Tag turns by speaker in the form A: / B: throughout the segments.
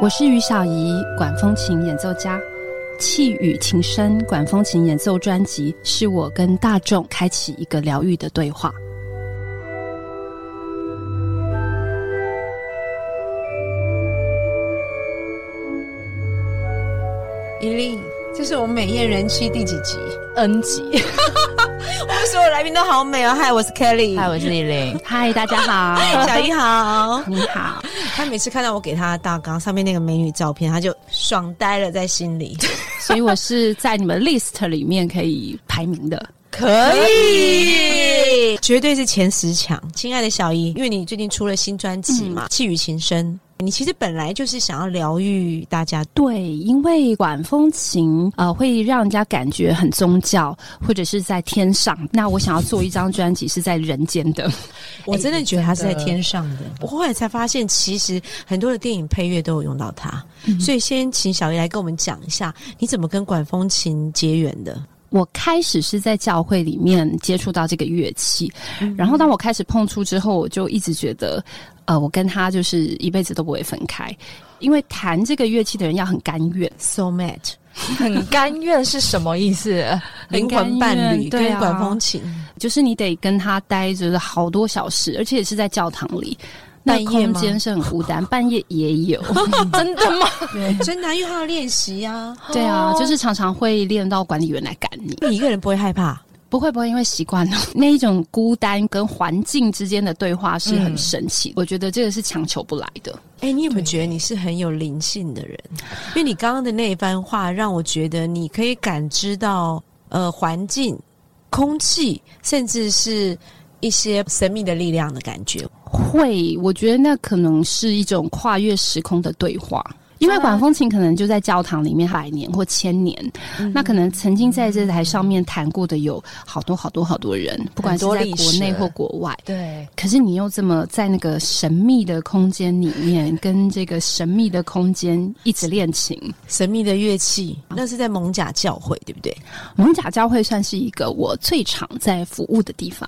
A: 我是于小怡，管风琴演奏家。《气与琴声》管风琴演奏专辑是我跟大众开启一个疗愈的对话。
B: 伊琳，这是我们美艳人妻第几集？
A: N 级，
B: 我们所有来宾都好美哦！嗨，我是 Kelly，
C: 嗨，我是李 玲。
A: 嗨，大家好，
B: 小姨 好。
A: 你好，
B: 他每次看到我给他的大纲上面那个美女照片，他就爽呆了在心里。
A: 所以我是在你们 list 里面可以排名的。
B: 可以，绝对是前十强。亲爱的小姨，因为你最近出了新专辑
C: 嗯
B: 嘛，气宇情深》，你其实本来就是想要疗愈大家。
A: 对，因为管风琴呃会让人家感觉很宗教，或者是在天上。那我想要做一张专辑是在人间的，
B: 我真的觉得他是在
C: 哎真的
B: 天上的。我后来才发现，其实很多的电影配乐都有用到它。
C: 嗯
B: 所以先请小姨来跟我们讲一下，你怎么跟管风琴结缘的？
A: 我开始是在教会里面接触到这个乐器，然后当我开始碰触之后，我就一直觉得，呃，我跟他就是一辈子都不会分开，因为弹这个乐器的人要很甘愿，
B: soul mate
C: 很甘愿是什么意思？
B: 灵魂伴侣
A: 很甘愿对
B: 跟
A: 啊
B: 管风琴，
A: 就是你得跟他待着好多小时，而且也是在教堂里。那
B: 半夜
A: 空
B: 吗
A: 间是很孤单，半夜也有，
C: 真的吗？
B: 真的啊、因为他要练习呀。
A: 对啊，就是常常会练到管理员来赶你。
B: 你一个人不会害怕，
A: 不会不会，因为习惯了那一种孤单跟环境之间的对话是很神奇，我觉得这个是强求不来的。
B: 哎、你有没有觉得你是很有灵性的人？因为你刚刚的那一番话，让我觉得你可以感知到呃环境、空气，甚至是一些神秘的力量的感觉。
A: 会，我觉得那可能是一种跨越时空的对话。因为管风琴可能就在教堂里面百年或千年，
C: 嗯
A: 那可能曾经在这台上面弹过的有好多好多好多人，不管是
C: 很多
A: 在
C: 历
A: 国
C: 史
A: 内或国外。
C: 对，啊
A: 可是你又这么在那个神秘的空间里面，跟这个神秘的空间一直练琴。
B: 神秘的乐器，那是在蒙甲教会，对不对？
A: 蒙甲教会算是一个我最常在服务的地方。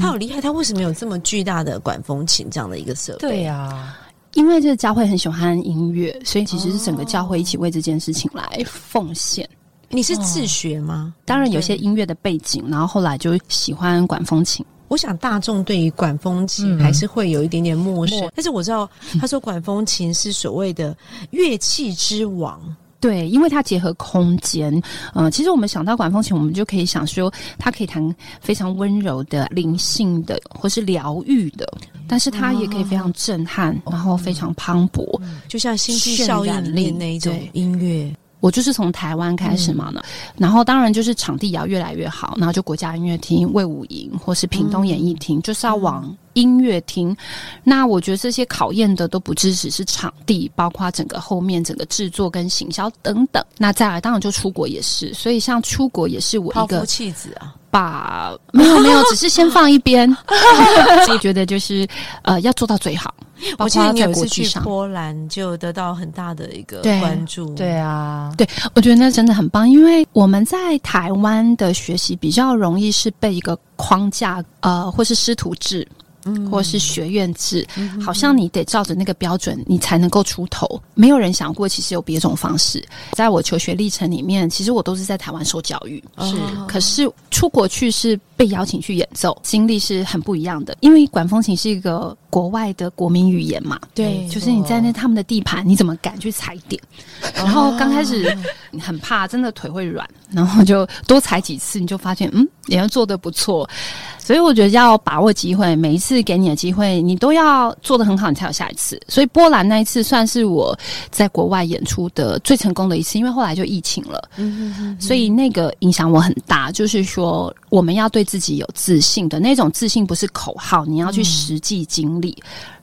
B: 他好厉害，他为什么有这么巨大的管风琴这样的一个设备？
C: 对呀，
A: 因为这个教会很喜欢音乐，所以其实是整个教会一起为这件事情来奉献。
B: 你是自学吗？
A: 当然有些音乐的背景，然后后来就喜欢管风琴。
B: 我想大众对于管风琴
C: 嗯
B: 还是会有一点点陌生，
C: 陌
B: 但是我 知道他说管风琴是所谓的乐器之王，
A: 对，因为它结合空间，呃，其实我们想到管风琴，我们就可以想说，它可以弹非常温柔的、灵性的，或是疗愈的，但是它也可以非常震撼，然后非常磅礴。
B: 就像《星际效应》里面那一种
A: 渲染力
B: 音乐。
A: 我就是从台湾开始嘛
B: 嗯
A: 呢，然后当然就是场地也要越来越好，然后就国家音乐厅、魏武营或是屏东演艺厅，就是要往音乐厅。那我觉得这些考验的都不只只是场地，包括整个后面整个制作跟行销等等。那再来，当然就出国也是，所以像出国也是我
B: 抛
A: 一
B: 夫
A: 个
B: 弃子啊，
A: 把没有没有，只是先放一边。 所以觉得就是呃要做到最好，包
B: 我记得
A: 括
B: 你
A: 在
B: 有一
A: 国
B: 次
A: 际
B: 去
A: 上。
B: 波兰就得到很大的一个
A: 对
B: 关注，
C: 对啊，
A: 我觉得那真的很棒，因为我们在台湾的学习比较容易是被一个框架，呃，或是师徒制，或是学院制，好像你得照着那个标准，你才能够出头。没有人想过，其实有别种方式。在我求学历程里面，其实我都是在台湾受教育，
B: 哦，
A: 可是出国去是被邀请去演奏，经历是很不一样的。因为管风琴是一个国外的国民语言嘛，
C: 对
A: 就是你在那他们的地盘，你怎么敢去踩点？然后刚开始你很怕，真的腿会软，然后就多踩几次，你就发现嗯，也做的不错。所以我觉得要把握机会，每一次给你的机会，你都要做的很好，你才有下一次。所以波兰那一次算是我在国外演出的最成功的一次，因为后来就疫情了。所以那个影响我很大，就是说
C: 嗯
A: 我们要对自己有自信的那种自信，不是口号，你要去实际经历。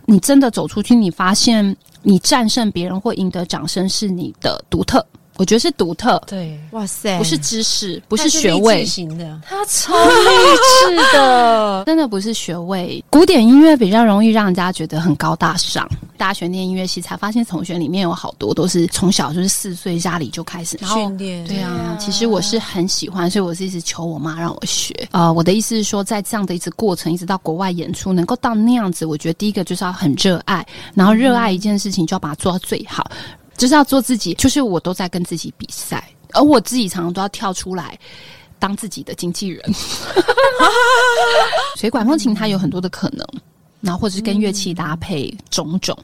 A: 你真的走出去，你发现你战胜别人或赢得掌声是你的独特，我觉得是独特，
C: 对，
D: 哇塞，
A: 不是知识，不
B: 不
A: 是学位，，
B: 型的，
C: 他超励志的
A: 真的不是学位。古典音乐比较容易让人家觉得很高大上。大学念音乐系才发现，同学里面有好多都是从小就是四岁家里就开始，然后
B: 训练
A: 对啊，其实我是很喜欢，所以我是一直求我妈让我学。呃，我的意思是说，在这样的一直过程，一直到国外演出，能够到那样子，我觉得第一个就是要很热爱，然后热爱一件事情就要把它做到最好，就是要做自己。就是我都在跟自己比赛，而我自己常常都要跳出来。当自己的经纪 人，所以管风琴它有很多的可能，然后或者是跟乐器搭配种种，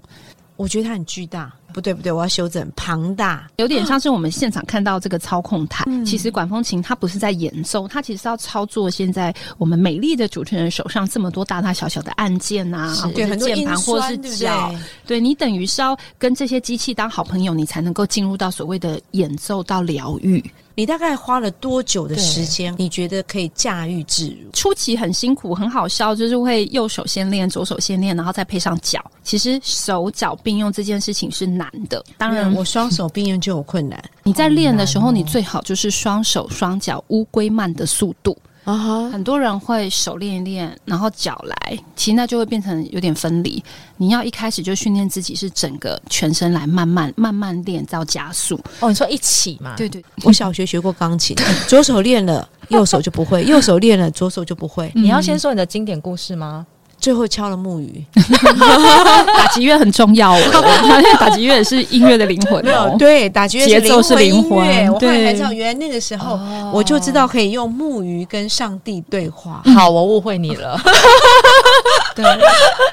B: 我觉得它很巨大，不对不对，我要修正，庞大，
A: 有点像是我们现场看到这个操控台，
B: 嗯
A: 其实管风琴它不是在演奏，它其实是要操作现在我们美丽的主持人手上这么多大大小小的按键啊，或
B: 对
A: 者
B: 很多
A: 键
B: 音
A: 盘或
B: 酸
A: 是
B: 对不
A: 脚，
B: 对
A: 对你等于是要跟这些机器当好朋友，你才能够进入到所谓的演奏到疗愈。
B: 你大概花了多久的
C: 对
B: 时间？你觉得可以驾驭自如？
A: 初期很辛苦，很好笑，就是会右手先练，左手先练，然后再配上脚。其实手脚并用这件事情是难的，当然
B: 没有嗯我哦双手并用就有困难
A: 你在练的时候，你最好就是双手双脚乌龟慢的速度。
B: 啊哈，
A: 很多人会手练一练，然后脚来，其实那就会变成有点分离。你要一开始就训练自己是整个全身来，慢慢慢慢练到加速。
C: 哦，你说一起嘛？
A: 对对，
B: 我小学学过钢琴，左手练了，右手就不 会；右手练了，左手就不会。
C: 你要先说你的经典故事吗？
B: 最后敲了木鱼，
A: 打击乐很重 要哦，我发现打击乐也是音乐的灵魂哦。
B: 对，打击乐
A: 节奏是灵
B: 魂音乐。
A: 魂
B: 我后来才
A: 对
B: 知道，原来那个时候
A: 哦
B: 我就知道可以用木鱼跟上帝对话。
C: 好，我误会你 了。
A: 对，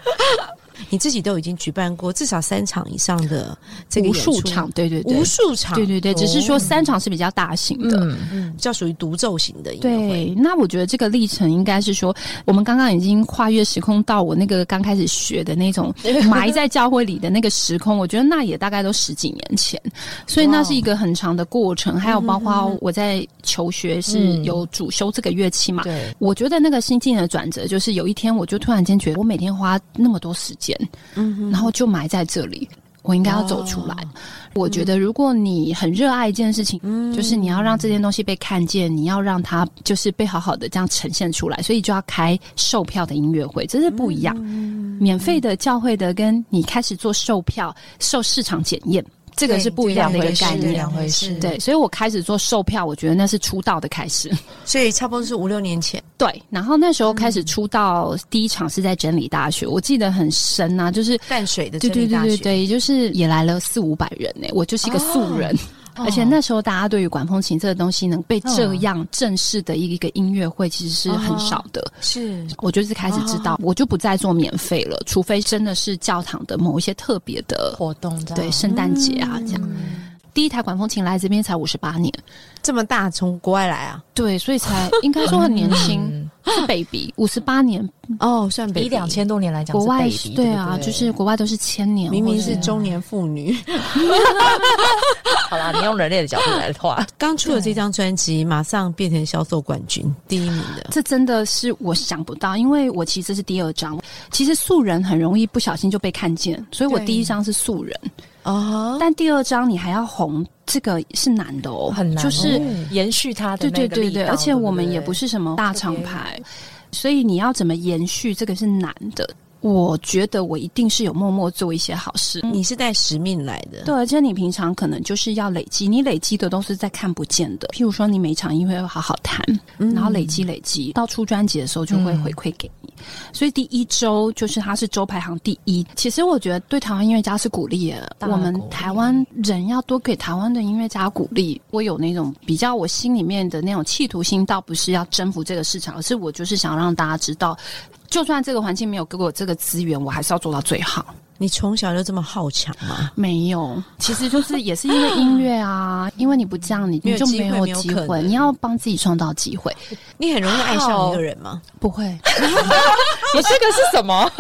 B: 你自己都已经举办过至少三场以上的这个
A: 无
B: 演出
A: 数场，，对对对，
B: 无数场，哦
A: 对对对，只是说三场是比较大型的。
C: 嗯，
B: 嗯，叫属于独奏型的音乐
A: 对，
B: 会。
A: 那我觉得这个历程应该是说，我们刚刚已经跨越时空到我那个刚开始学的那 种埋在教会里的那个时空，我觉得那也大概都十几年前，所以那
B: 哦
A: 是一个很长的过程。还有包
B: 嗯
A: 括我在求学是
C: 嗯
A: 有主修这个乐器嘛，
C: 对，
A: 我觉得那个心境的转折，就是有一天我就突然间觉得，我每天花那么多时间，嗯，然后就埋在这里，我应该要走出来。
C: 哦
A: 我觉得如果你很热爱一件事情，
C: 嗯
A: 就是你要让这件东西被看见，你要让它就是被好好的这样呈现出来，所以就要开售票的音乐会，这是不一样。
C: 嗯
A: 免费的教会的跟你开始做售票、受市场检验，这个
B: 对
A: 是不一样的一
C: 对
A: 个
C: 对
A: 概
C: 是
A: 念
C: 两。回事
A: 对，所以我开始做售票，我觉得那是出道的开始。
B: 所以差不多是五六年前，
A: 对，然后那时候
B: 嗯
A: 开始出道，第一场是在真理大学，我记得很深啊，就是
B: 淡水的
A: 对
B: 真
A: 对
B: 理
A: 对
B: 大
A: 对
B: 学，
A: 对，就是也来了四五百人呢、我就是一个素人。
B: 哦
A: 而且那时候，大家对于管风琴这个东西能被这
B: 嗯
A: 样正式的一个音乐会，其实是很少的。
B: 哦是
A: 我就是开始知道，我就不再做免费
B: 嗯
A: 了，除非真的是教堂的某一些特别的，
C: 活动
B: 哦
C: 这样
A: 对圣诞节啊这样。
B: 嗯
A: 第一台管风琴来这边才五十八年，
B: 这么大，从国外来啊？
A: 对，所以才应该说很年 轻，
C: 嗯
A: 是 baby，五十八年
B: 哦，算北
C: 以两千多年来讲
A: 国
C: 是
A: 外
C: baby，
A: 是
C: 对不
A: 对
C: 对
A: 啊，就是国外都是千年，
B: 明
A: 或
B: 明
A: 者
B: 是中年妇女。
C: 好啦，你用人类的角度来的话，
B: 刚出了这张专辑，马上变成销售冠军第一名的。
A: 这真的是我想不到，因为我其实这是第二张，其实素人很容易不小心就被看见，所以我
B: 对
A: 第一张是素人，
B: 啊
A: 但第二张你还要红，这个是难的哦，
C: 很难哦，
A: 就是
C: 延续它的
A: 对对
C: 那个
A: 对
C: 力道
A: 而且我们
C: 对
A: 也
C: 对
A: 不是什么大厂牌，所以你要怎么延续这个是难的。我觉得我一定是有默默做一些好
C: 嗯
A: 事，
B: 你是带使命来的，
A: 对，而且你平常可能就是要累积，你累积的都是在看不见的。譬如说，你每一场音乐会好好弹，
C: 嗯
A: 然后累积累积，到出专辑的时候就会回馈给你。所以第一周就是它是周排行第一。其实我觉得对台湾音乐家是鼓励的，
C: 当
A: 我
C: 然
A: 们
C: 鼓励
A: 台湾人要多给台湾的音乐家鼓励。我有那种比较我心里面的那种企图心，倒不是要征服这个市场，而是我就是想让大家知道。就算这个环境没有给我这个资源，我还是要做到最好。
B: 你从小就这么好强吗？
A: 没有，其实就是也是因为音乐 啊，因为你不这样，你你
B: 没有
A: 就
B: 机会
A: 没有
B: 没有
A: 机
B: 可
A: 会，
B: 能
A: 你要帮自己创造机会。
B: 你很容易爱上一个人吗？
C: 不会， 你 这个是什么？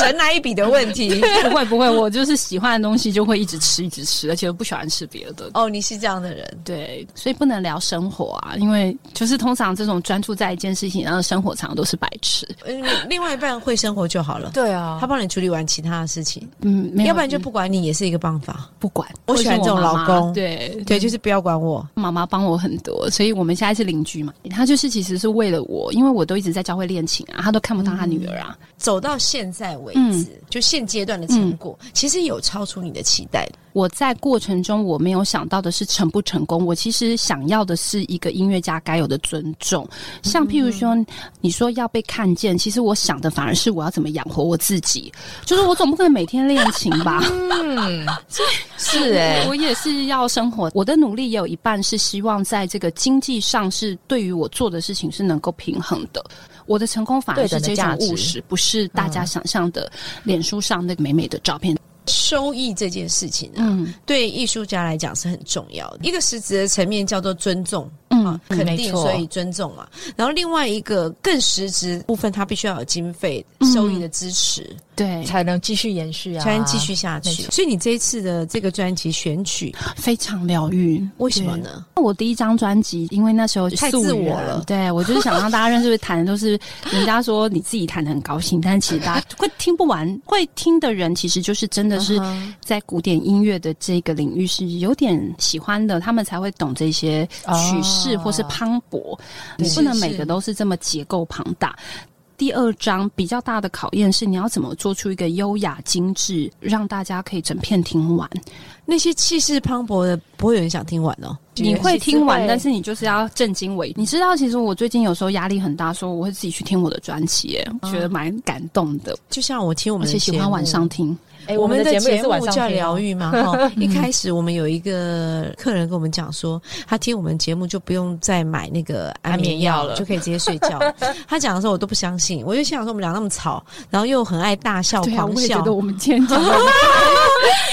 B: 神来一笔的问题
A: 不会不会，我就是喜欢的东西就会一直吃一直吃，而且我不喜欢吃别的。
B: 哦，你是这样的人，
A: 对，所以不能聊生活啊，因为就是通常这种专注在一件事情，然后生活常常都是白痴。
B: 呃你另外一半会生活就好了，
C: 对啊
B: 他帮你处理完其他的事情，
A: 嗯，没有
B: 要不然就不管你也是一个办法。
A: 不管。
B: 我喜欢
A: 或者是
B: 这种
A: 我妈妈
B: 老公
A: 对
B: 对，就是不要管我。
A: 妈妈帮我很多，所以我们现在是邻居嘛。她就是其实是为了我，因为我都一直在教会练琴啊，她都看不到她女儿啊。
B: 走到现在为
A: 嗯
B: 止，就现阶段的成果，其实有超出你的期待的。
A: 我在过程中我没有想到的是成不成功，我其实想要的是一个音乐家该有的尊重。像譬如说，你说要被看见，其实我想的反而是我要怎么养活我自己，就是我总不可能每天练琴吧。
C: 嗯，是哎、
A: 我也是要生活，我的努力也有一半是希望在这个经济上是对于我做的事情是能够平衡的。我的成功反而
C: 对
A: 是
C: 等的
A: 这
C: 价
A: 种
C: 值嗯
A: 务实，不是大家想象的脸书上那个美美的照片。
B: 收益这件事情啊，
A: 嗯
B: 对艺术家来讲是很重要的。一个实质的层面叫做尊重，
A: 嗯，
B: 肯
C: 没
B: 定，
C: 错
B: 所以尊重嘛。然后另外一个更实质部分，它必须要有经费
A: 嗯
B: 收益的支持，
A: 对，
C: 才能继续延续啊，
B: 才能继续下
C: 没
B: 去
C: 错。
B: 所以你这一次的这个专辑选曲，
A: 非常疗愈。
B: 为什么
A: 对？
B: 呢？
A: 我第一张专辑，因为那时候
B: 太
A: 素
B: 自我
A: 人
B: 了
A: 对我就是想让大家认识弹的都是人家说你自己弹的很高兴，但其实大家会听不完， 会听的人其实就是真的是在古典音乐的这个领域是有点喜欢的，他们才会懂这些曲式
C: 哦
A: 或是磅礴，你
B: 是
A: 不能
B: 是
A: 每个都是这么结构庞大。第二章比较大的考验是你要怎么做出一个优雅精致，让大家可以整片听完。
B: 那些气势磅礴的，不会有人想听完哦。
A: 你会听
C: 其实
A: 完，
C: 会
A: 但是你就是要正襟危。你知道，其实我最近有时候压力很大，说我会自己去听我的专辑耶，我觉得蛮感动的，
B: 就像我听我
A: 而
B: 们的
A: 且喜
B: 节
A: 欢
B: 目
A: 晚上听。
C: 哎
B: 我们
C: 的
B: 的
C: 目也是晚上
B: 叫
C: 听
B: 疗
C: 哦，
B: 愈嘛，哈。一开始我们有一个客人跟我们讲说，他听我们节目就不用再买那个安眠
C: 安眠药
B: 药
C: 了
B: 就可以直接睡觉。他讲的时候我都不相信，我就心想说我们俩那么吵，然后又很爱大笑、
A: 对啊，
B: 狂
A: 我也
B: 笑
A: 觉，得我们今天 讲的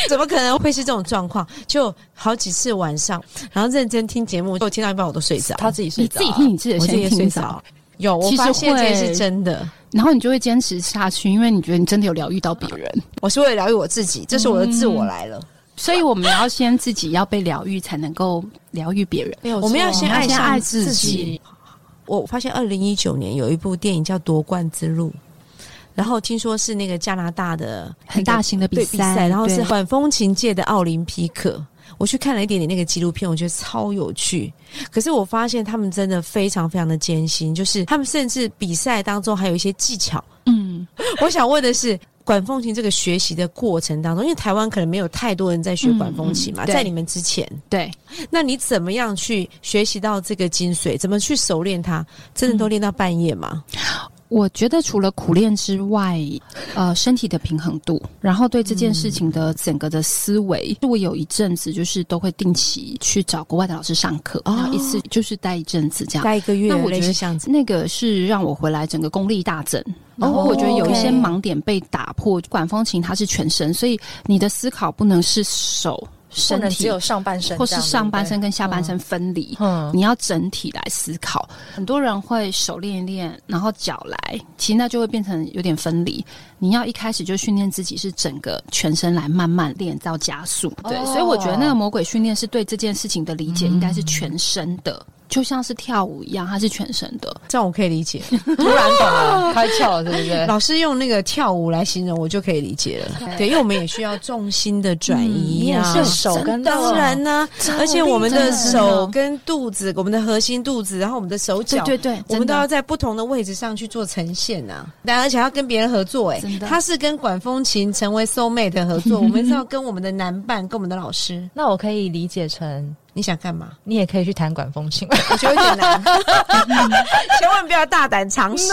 B: 怎么可能会是这种状况？就好几次晚上，然后认真听节目，我听到一半我都睡着，
C: 他自己睡
A: 你
C: 着
A: 自己啊听你自己的
B: 我自己也
A: 先
B: 睡
A: 听着，
B: 着。有，我
A: 其实
B: 发现这
A: 会
B: 是真的。
A: 然后你就会坚持下去，因为你觉得你真的有疗愈到别 人。
B: 我是为了疗愈我自己，这是我的自我来了。
A: 所以我们要先自己要被疗愈，才能够疗愈别人。
B: 我们要先
A: 我们
B: 爱
A: 要先
B: 上
A: 爱
B: 自
A: 自
B: 己
A: 己。
B: 我发现二零一九年有一部电影叫《夺冠之路》，然后听说是那个加拿大的
A: 很大型的比
B: 对比赛，然后是
A: 对
B: 管风琴界的奥林匹克。我去看了一点点那个纪录片，我觉得超有趣。可是我发现他们真的非常非常的艰辛，就是他们甚至比赛当中还有一些技巧。
A: 嗯，
B: 我想问的是，管风琴这个学习的过程当中，因为台湾可能没有太多人在学管风琴嘛，
A: 嗯嗯对
B: 在你们之前，
A: 对，
B: 那你怎么样去学习到这个精髓？怎么去熟练它？真的都练到半夜吗？
A: 嗯我觉得除了苦练之外，呃，身体的平衡度，然后对这件事情的整个的思维，我有一阵子就是都会定期去找国外的老师上课，
B: 哦
A: 然后一次就是待一阵子这样。
B: 待一个月，
A: 那我觉得
B: 类似这样子。
A: 那个是让我回来整个功力大
C: 哦
A: 增，然后我觉得有一些
B: OK
A: 盲点被打破。管风琴它是全身，所以你的思考不能是手、
C: 不
A: 身
C: 能只
A: 体
C: 有上半身这样，
A: 或是上半身
C: 对
A: 跟下半身分离。
C: 不对，嗯，
A: 你要整体来思考。很多人会手练一练，然后脚来，其实那就会变成有点分离。你要一开始就训练自己是整个全身来慢慢练到加速。对，
C: 哦
A: 所以我觉得那个魔鬼训练是对这件事情的理解应该是全身的。就像是跳舞一样，它是全身的。
B: 这样我可以 理解。
C: 突然懂了，开窍了，对不对？
B: 老师用那个跳舞来形容，我就可以理解了。对，因为我们也需要重心的转移
A: 嗯
B: 呀、
C: 是手跟
B: 当然呢、而且我们的
A: 哦真的
B: 手跟肚子，我们的核心肚子，然后我们的手脚，
A: 对
B: 我们都要在不同的位置上去做呈现呐、啊。但而且要跟别人合作、欸，
A: 真的
B: 他是跟管风琴成为 soul mate 的合 作，我们是要跟我们的男伴，跟我们的老师。
C: 那我可以理解成，
B: 你想干嘛？
C: 你也可以去弹管风琴，
B: 我觉得有点难， 千万不要大胆尝试。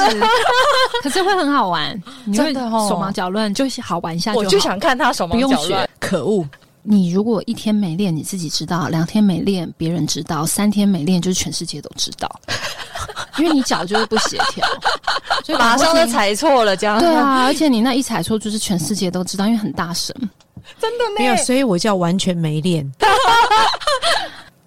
A: 可是会很好玩，你会
C: 真的哦
A: 手忙脚乱，就是好玩一下就
C: 我
A: 好。
C: 就想看他手忙脚
A: 不用
C: 乱
A: 学。
B: 可恶！
A: 你如果一天没练，你自己知道；两天没练，别人知道；三天没练，就是全世界都知道。 因为你脚就是不协调，所以
E: 马上就。踩错了，这样
A: 对 啊，而且你那一踩错，就是全世界都知道，因为很大声。
E: 真的呢
B: 没有，所以我叫完全没 练。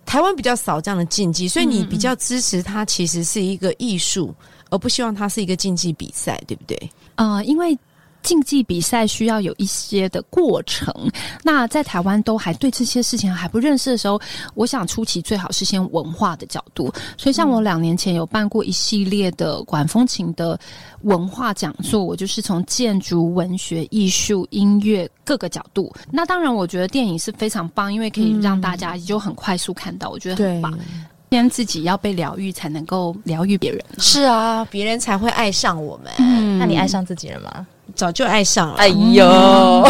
B: 台湾比较少这样的竞技，所以你比较支持它其实是一个艺术，而不希望它是一个竞技比赛，对不对？
A: 呃，因为竞技比赛需要有一些的过程，那在台湾都还对这些事情还不认识的时候，我想初期最好是先文化的角度。所以，像我两年前有办过一系列的管风琴的文化讲座，我就是从建筑、文学、艺术、音乐各个角度。那当然，我觉得电影是非常棒，因为可以让大家就很快速看到，我觉得很棒。先自己要被疗愈，才能够疗愈别人。
E: 是啊，别人才会爱上我们。
C: 嗯
E: 那你爱 上自己了吗？
B: 早就爱上了。
E: 哎呦，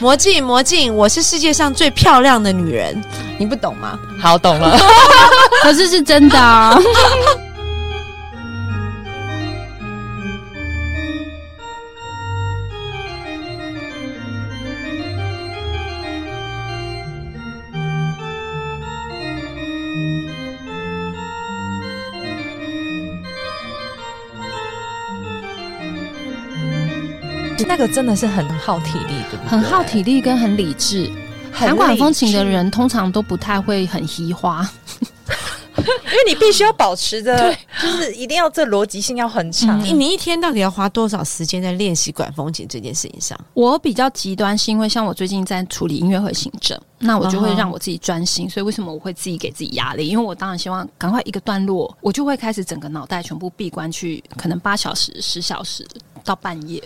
B: 魔镜，魔镜，我是世界上最漂亮的女人，你不懂吗？
E: 好懂了。
A: 可是是真的啊、
C: 那个真的是很耗体力，对不对？
A: 很耗体力跟很理智。
C: 很
A: 弹管
C: 累
A: 风琴的人通常都不太会很移花，
E: 因为你必须要保持着，就是一定要这逻辑性要很强。
B: 你你一天到底要花多少时间在练习管风琴这件事情上？
A: 我比较极端，是因为像我最近在处理音乐会行政，那我就
B: 嗯
A: 会
B: 哼
A: 让我自己专心。所以为什么我会自己给自己压力？因为我当然希望赶快一个段落，我就会开始整个脑袋全部闭关去，可能八小时、十小时到半夜。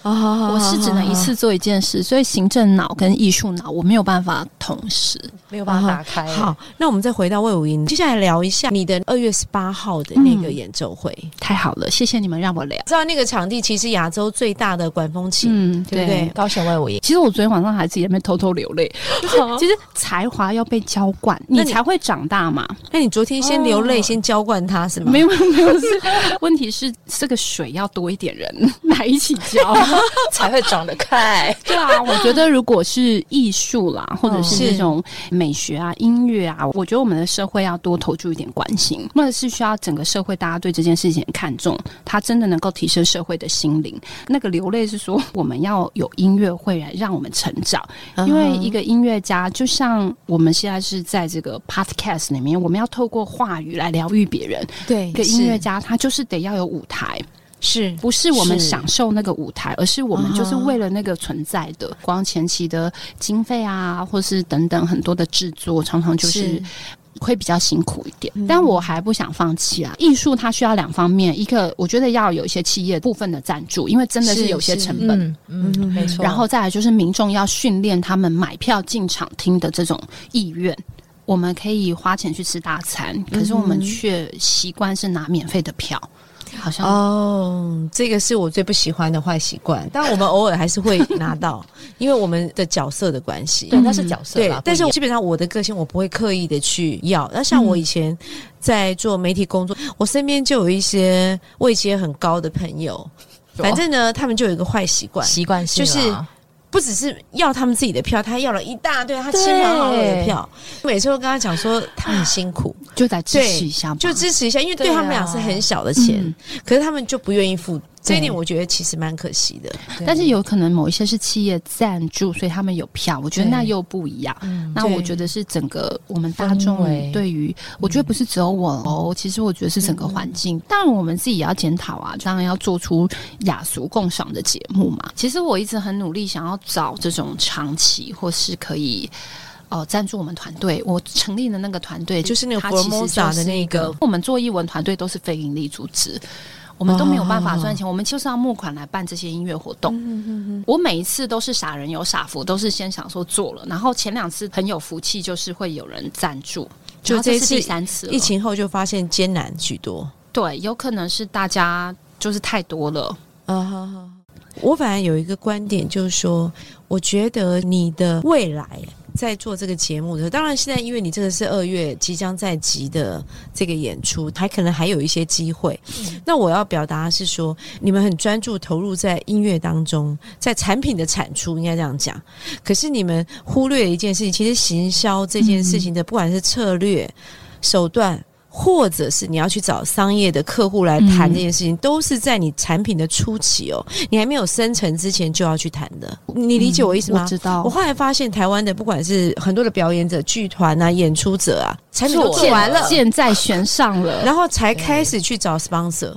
B: 啊
A: 我是只能一次做一件事，所以行政脑跟艺术脑我没有办法同时。
E: 没有办法打开。
B: 啊好，那我们再回到魏武英，接下来聊一下你的二月十八号的那个演奏会。
A: 太好了，谢谢你们让我聊。
B: 知道那个场地其实亚洲最大的管风琴，
A: 嗯，
B: 对不对？
C: 高雄外舞营，
A: 其实我昨天晚上还自己在那边偷偷流 泪。其实才华要被浇灌，你
B: 那你
A: 才会长大嘛。
B: 那你昨天先流泪，先浇灌它是吗？
A: 没有没有没有，是问题是这个水要多一点人 来一起浇。
E: 才会长得快。
A: 对啊，我觉得如果是艺术啦，或者是
B: 是
A: 这种美学啊、音乐啊，我觉得我们的社会要多投注一点关心，或者是需要整个社会大家对这件事情很看重，它真的能够提升社会的心灵。那个流泪是说我们要有音乐会来让我们成长，
B: 啊
A: 因为一
B: 嗯
A: 个音乐家，就像我们现在是在这个 podcast 里面，我们要透过话语来疗愈别人。
B: 对
A: 一个音乐家，他就是得要有舞台，
B: 是
A: 不是我们
B: 是
A: 享受那个舞台，而是我们就是
B: 啊哈
A: 为了那个存在的。光前期的经费啊，或是等等很多的制作，常常就是
B: 是嗯
A: 会比较辛苦一点。但我还不想放弃啊！艺术它需要两方面，一个我觉得要有一些企业部分的赞助，因为真的
B: 是
A: 是有些
B: 是
A: 成本。
C: 嗯嗯，没错。
A: 然后再来就是民众要训练他们买票进场听的这种意愿。我们可以花钱去吃大餐，可是我
B: 嗯
A: 们却习惯是拿免费的票，好像、
B: 哦，这个是我最不喜欢的坏习惯，但我们偶尔还是会拿到，因为我们的角色的关系。
C: 对，那是角色
B: 嗯对
C: 啦，，
B: 但是
C: 不一样
B: 基本上我的个性我不会刻意的去要。那像我以前在做媒体工作，我身边就有一些位阶很高的朋友，反正呢，他们就有一个坏习惯，
C: 习惯性
B: 就是
C: 啦
B: 不只是要他们自己的票，他要了一大堆他亲朋好友的票。每次都跟他讲说，他们很辛苦，
A: 就来支持一下吧，
B: 就支持一下，因为对他们俩是很小的钱，
A: 嗯
B: 可是他们就不愿意付。这一点
C: 对
B: 我觉得其实蛮可惜的。
A: 但是有可能某一些是企业赞助，所以他们有票，我觉得
C: 对
A: 那又不一样。
C: 嗯
A: 那
B: 对
A: 我觉得是整个我们大众
C: 氛围
A: 对于，我觉得不是只有我哦，其实我觉得是整
B: 嗯
A: 个环境。当然我们自己也要检讨啊，当然要做出雅俗共赏的节目嘛。其实我一直很努力想要找这种长期或是可以。哦，赞助我们团队，我成立的那个团队
B: 就是那个
A: 它其实
B: Formosa
A: 就是
B: 的那
A: 一
B: 个
A: 个，我们做艺文团队都是非盈利组织，我们都没有办
B: 哦
A: 法赚钱，我们就是要募款来办这些音乐活动。
B: 嗯
A: 我每一次都是傻人有傻福，都是先想说做了，然后前两次很有福气，就是会有人赞助。
B: 就
A: 然后这
B: 这一次
A: 是第三次了
B: 疫，情后就发现艰难许多。
A: 对，有可能是大家就是太多了，
B: 啊哈哈！我反而有一个观点，就是说，我觉得你的未来在做这个节目的时候，当然现在因为你这个是二月即将在即的这个演出，还可能还有一些机会。那我要表达的是说，你们很专注投入在音乐当中，在产品的产出，应该这样讲。可是你们忽略了一件事情，其实行销这件事情的，不管是策略手段。或者是你要去找商业的客户来谈这件事情，都是在你产品的初期哦，你还没有生成之前就要去谈的。你理解我意思吗？
A: 嗯我知道
B: 我，后来发现，台湾的不管是很多的表演者、剧团啊、演出者啊，产品都做
A: 箭
B: 完了，
A: 箭在弦上了。
B: 然后才开始去找 sponsor。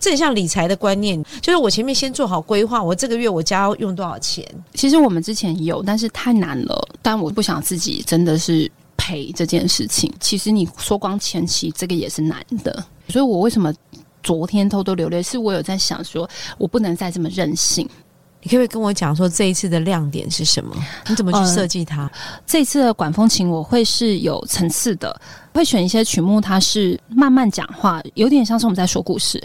B: 这很像理财的观念，就是我前面先做好规划，我这个月我家要用多少钱，
A: 其实我们之前有，但是太难了。但我不想自己真的是赔这件事情。其实你说光前期这个也是难的，所以我为什么昨天偷偷流泪，是我有在想说，我不能再这么任性。
B: 你可不可以跟我讲说这一次的亮点是什么？你怎么
A: 呃
B: 去设计它？
A: 这次的管风琴我会是有层次的，会选一些曲目，它是慢慢讲话，有点像是我们在说故事，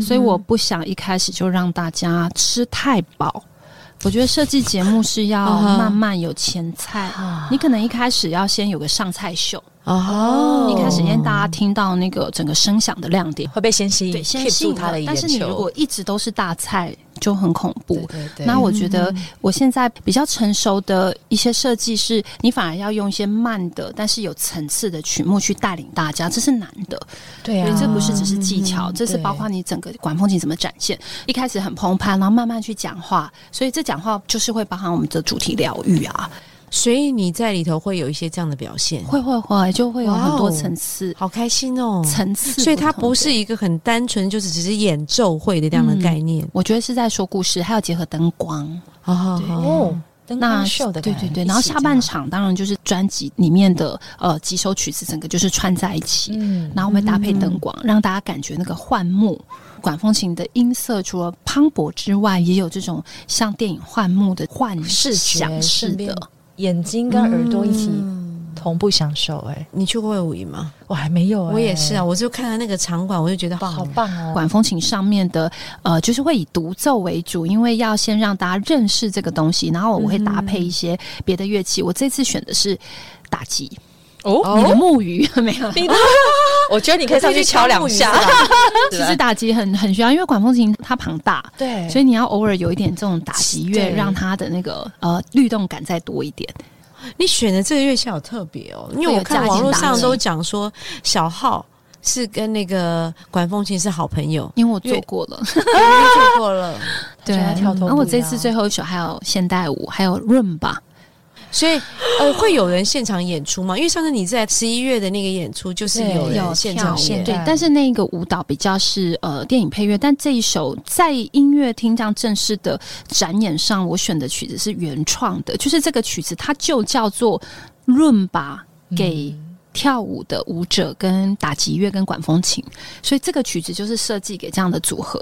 A: 所以我不想一开始就让大家吃太饱。我觉得设计节目是要
B: 啊哈
A: 慢慢有前菜，你可能一开始要先有个上菜秀，
B: 哦
A: 一开始先大家听到那个整个声响的亮点，
E: 会被先吸引，
A: 对，先
E: keep
A: 吸引
E: 住他的眼球。
A: 但是你如果一直都是大菜，就很恐怖。
E: 对对对，
A: 那我觉得我现在比较成熟的一些设计是，你反而要用一些慢的，但是有层次的曲目去带领大家，这是难的。
C: 对
A: 所以
C: 啊，
A: 这不是只是技巧，这是
C: 对
A: 包括你整个管风琴怎么展现。一开始很澎湃，然后慢慢去讲话，所以这讲话就是会包含我们的主题疗愈啊，
B: 所以你在里头会有一些这样的表现，
A: 会会会，就会有很
B: 哇哦
A: 多层次，
B: 好开心哦！
A: 层次。
B: 所以它不是。一个很单纯，就是只是演奏会的这样的概念
A: 我觉得是在说故事，还有结合灯光，
B: 哦
C: 哦，灯光
A: 嗯那
C: 秀的
A: 对
C: 感觉，
A: 对对，
C: 一
A: 然后
C: 起这
A: 下
C: 样
A: 半，场当然就是专辑里面的呃几首曲子，整个就是串在一起。
C: 嗯，
A: 然后我们搭配灯光，让大家感觉那个幻幕。管风琴的音色除了磅礴之外，也有这种像电影幻幕的幻
C: 视觉
A: 想式
C: 顺便
A: 的。
C: 眼睛跟耳朵一起
B: 嗯
C: 同步享受、哎、
B: 你去过魏武营吗？
C: 我还没有、哎
B: 我也是啊，，我就看到那个场馆，我就觉得
C: 好
B: 好
C: 棒哦！
A: 管风琴上面的呃，就是会以独奏为主，因为要先让大家认识这个东西，然后我会搭配一些别的乐器。我这次选的是打击，
E: 哦，
A: 你的木鱼没有？
E: 我觉得你可以上去敲两下，
A: 其实打击很很需 要，因为管风琴它庞大，
C: 对，
A: 所以你要偶尔有一点这种打击乐，
C: 对
A: 让它的那个呃律动感再多一点。，
B: 你选的这个乐器好特别哦，因为我看网络上都讲说小号是跟那个管风琴是好朋友
A: 因为我做过了，
B: 我就做过了，
C: 对啊跳脱
A: 然后我
C: 不一
A: 这
C: 样
A: 次最后一首还有现代舞，还有润吧，
B: 所以呃，会有人现场演出吗？因为上次你在十一月的那个演出，就是
C: 对
B: 有
C: 有
B: 人现场
C: 跳舞
B: 演，
A: 对
C: 代舞，
A: 但是那个舞蹈比较是呃电影配乐，但这一首在音乐厅这样正式的展演上，我选的曲子是原创的，就是这个曲子它就叫做润吧给。
B: 嗯
A: 跳舞的舞者跟打击乐跟管风琴，所以这个曲子就是设计给这样的组合。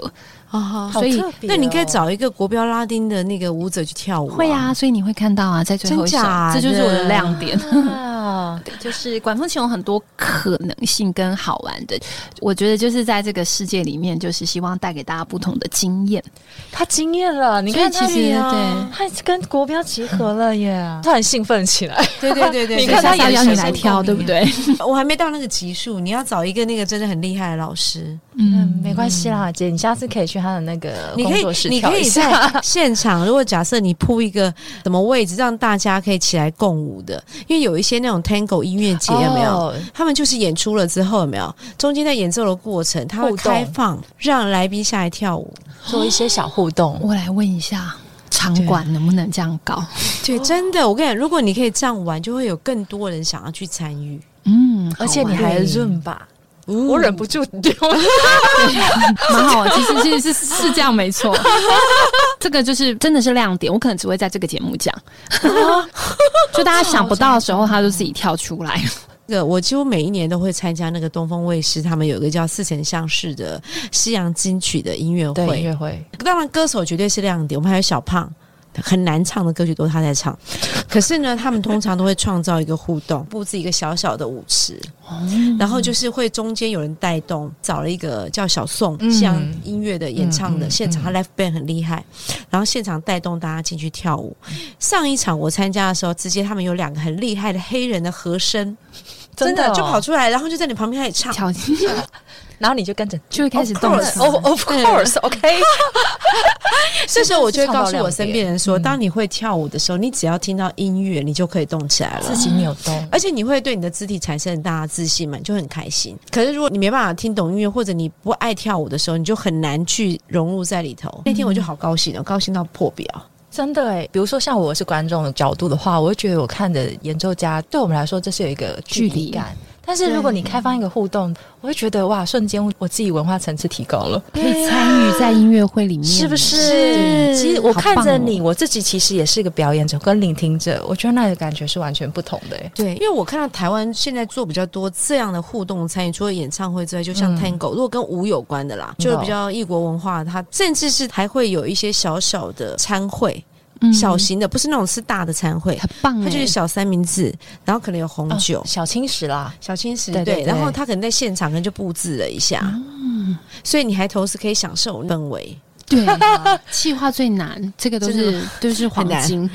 B: 啊哈
C: 好
A: 所以
C: 特别哦
B: 那你可以找一个国标拉丁的那个舞者去跳舞、
A: 会啊，，所以你会看到啊，在最后一首
B: 真假，
A: 这就是我的亮点。
C: 啊，
A: 对就是管风琴有很多可能性跟好玩的，我觉得就是在这个世界里面，就是希望带给大家不同的经验。
C: 他惊艳了，你看
A: 所
C: 他
A: 以其实
C: 呀他跟国标结合了耶，他很兴奋起来，
B: 对对对对，
C: 你
A: 对，
B: 对
C: 看他
A: 下次要
C: 眼
A: 邀
C: 神
A: 你来跳，对不？对？
B: 我还没到那个级数，你要找一个那个真的很厉害的老师，
C: 嗯， 没关系啦，姐，你下次可以去他的那个
B: 你
C: 工
B: 可以
C: 作室
B: 你
C: 跳
B: 可
C: 一
B: 以
C: 下，
B: 在现场，如果假设你铺一个什么位置，让大家可以起来共舞的，因为有一些那种 tango 音乐节有没有？
C: 哦
B: 他们就是演出了之后有没有？中间在演奏的过程，他会
C: 互动
B: 开放让来宾下来跳舞。
C: 做一些小互动？
A: 我来问一下，场馆能不能这样搞？
B: 对，真的，我跟你讲，如果你可以这样玩，就会有更多人想要去参与。
A: 嗯，
C: 而且你
A: 好玩
C: 还润吧，
B: 哦
C: 我忍不住丢。
A: 蛮好玩，其实其实是是这样，没错。 这个就是真的是亮点，我可能只会在这个节目讲，就大家想不到的时候，他就自己跳出来。
B: 那个我几乎每一年都会参加那个东风卫视，他们有一个叫似曾相识的西洋金曲的音乐
C: 对，音
B: 会。
C: 乐会
B: 当然，歌手绝对是亮点，我们还有小胖。很难唱的歌曲都是他在唱，可是呢，他们通常都会创造一个互动，布置一个小小的舞池，
C: 嗯
A: 哦
B: 然后就是会中间有人带动，找了一个叫小宋
C: 嗯
B: 西洋音乐的演唱
C: 嗯嗯
B: 的，现场
C: 嗯
B: 他 l i f e band 很厉害，然后现场带动大家进去跳舞。上一场我参加的时候，直接他们有两个很厉害的黑人的和声，真的,、
C: 哦
B: 就跑出来，然后就在你旁边开始唱。
A: 跳，
E: 然后你就跟着
A: 就会开始
E: Of
A: 动手嗯
E: course，of of
B: 对
E: course，OK，
B: 这时候我就会告诉我身边的人说，
C: 嗯
B: 当你会跳舞的时候，你只要听到音乐，你就可以动起来了
C: 自。己扭动，
B: 而且你会对你的肢体产生很大的自信嘛，你就很开心。可是如果你没办法听懂音乐，或者你不爱跳舞的时候，你就很难去融入在里头。那天我就好高兴哦，高兴到破表。
C: 真的哎。比如说像我是观众的角度的话，我会觉得我看的演奏家对我们来说，这是有一个距
A: 距
C: 离
A: 离
C: 感。但是如果你开放一个互动，我会觉得哇，瞬间我自己文化层次提高了。
A: 可以参与在音乐会里面，
C: 是不是？
A: 是
C: 其实我看
A: 嗯好棒
C: 着
A: 哦
C: 你，我自己其实也是一个表演者跟聆听者，我觉得那个感觉是完全不同的、欸。
B: 对，因为我看到台湾现在做比较多这样的互动参与，除了演唱会之外，就像
C: 嗯
B: Tango，、如果跟舞有关的啦，
C: 嗯
B: 就比较异国文化，它甚至是还会有一些小小的餐会，
A: 嗯
B: 小型的，不是那种吃大的餐会，
A: 很棒
B: 它
A: 哎、
B: 就
A: 欸，
B: 是小三明治，然后可能有红
C: 哦
B: 酒。
C: 小青石啦，
B: 小青石
C: 对对对
B: 然后他可能在现场可能就布置了一下，所以你还同时可以享受氛围。
A: 对啊，气化最难，这个都是都是黄金，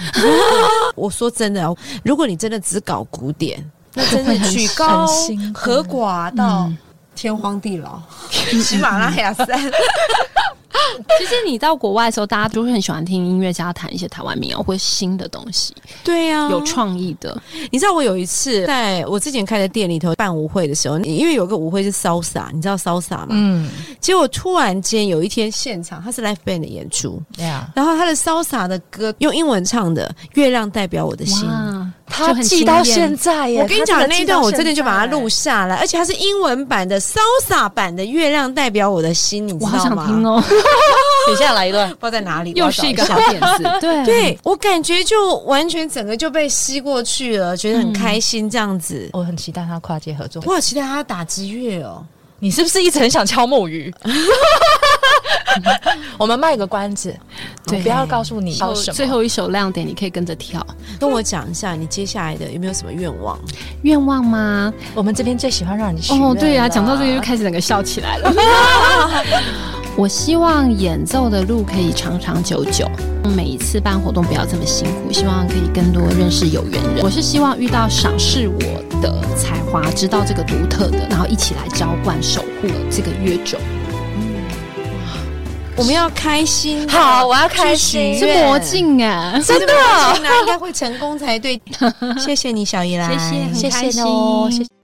B: 我说真的哦，如果你真的只搞古典，那真
A: 会
B: 的
A: 很
B: 曲
A: 辛
B: 高
C: 很辛苦
B: 和寡到
A: 嗯
B: 天荒地老，喜马拉雅山。
A: 其实你到国外的时候，大家都会很喜欢听音乐家弹一些台湾民谣或新的东西，
B: 对呀、
A: 有创意的。
B: 你知道我有一次在我之前开的店里头办舞会的时候，因为有个舞会是 salsa，你知道 salsa 吗？
C: 嗯，
B: 结果突然间有一天现场，它是 live band 的演出，
C: 对啊，
B: 然后他的 salsa 的歌用英文唱的《月亮代表我的心》。
A: 哇，
C: 他
A: 就很
C: 记到
A: 惊艳
C: 现在耶、
B: 我跟你讲
C: 他
B: 那一
C: 记
B: 段，
C: 到
B: 我真的就把它
C: 现在
B: 录下来，而且它是英文版的 salsa 版的《月亮代表我的心》，你知
A: 我好
B: 道
A: 想
B: 吗？
A: 听
B: 不
A: 哦，
E: 你现在来一段
B: 知，道在哪里，
A: 又是一个
B: 我要
A: 好
B: 找
A: 点
B: 下
A: 子，对
B: 对我感觉就完全整个就被吸过去了，觉得很开心这样子。
C: 我很期待他跨界合
A: 嗯
C: 作。
B: 我好期待他打击乐哦。
E: 你是不是一直很想敲木鱼？
C: 我们卖个关子，
A: 对
C: 我不要告诉你
A: 然
C: 到
A: 后
C: 什么。
A: 最后一首亮点，你可以跟着跳。
B: 跟我讲一下你接下来的有没有什么愿望？
A: 愿望吗？
C: 我们这边最喜欢让你许
A: 哦，对
C: 呀、
A: 啊，讲到这个就开始整个笑起来 了。我希望演奏的路可以长长久久，每一次办活动不要这么辛苦，希望可以更多认识有缘人。我是希望遇到赏识我的才华，知道这个独特的，然后一起来浇灌、守护这个乐种。
B: 我们要开心，啊
C: 好，我要开
B: 去
C: 心
B: 许。
A: 是魔镜哎、
B: 真的，那应该会成功才对。谢谢你，小姨来，
A: 谢谢，很
C: 谢
A: 开
C: 谢
A: 心
C: 哦，谢谢。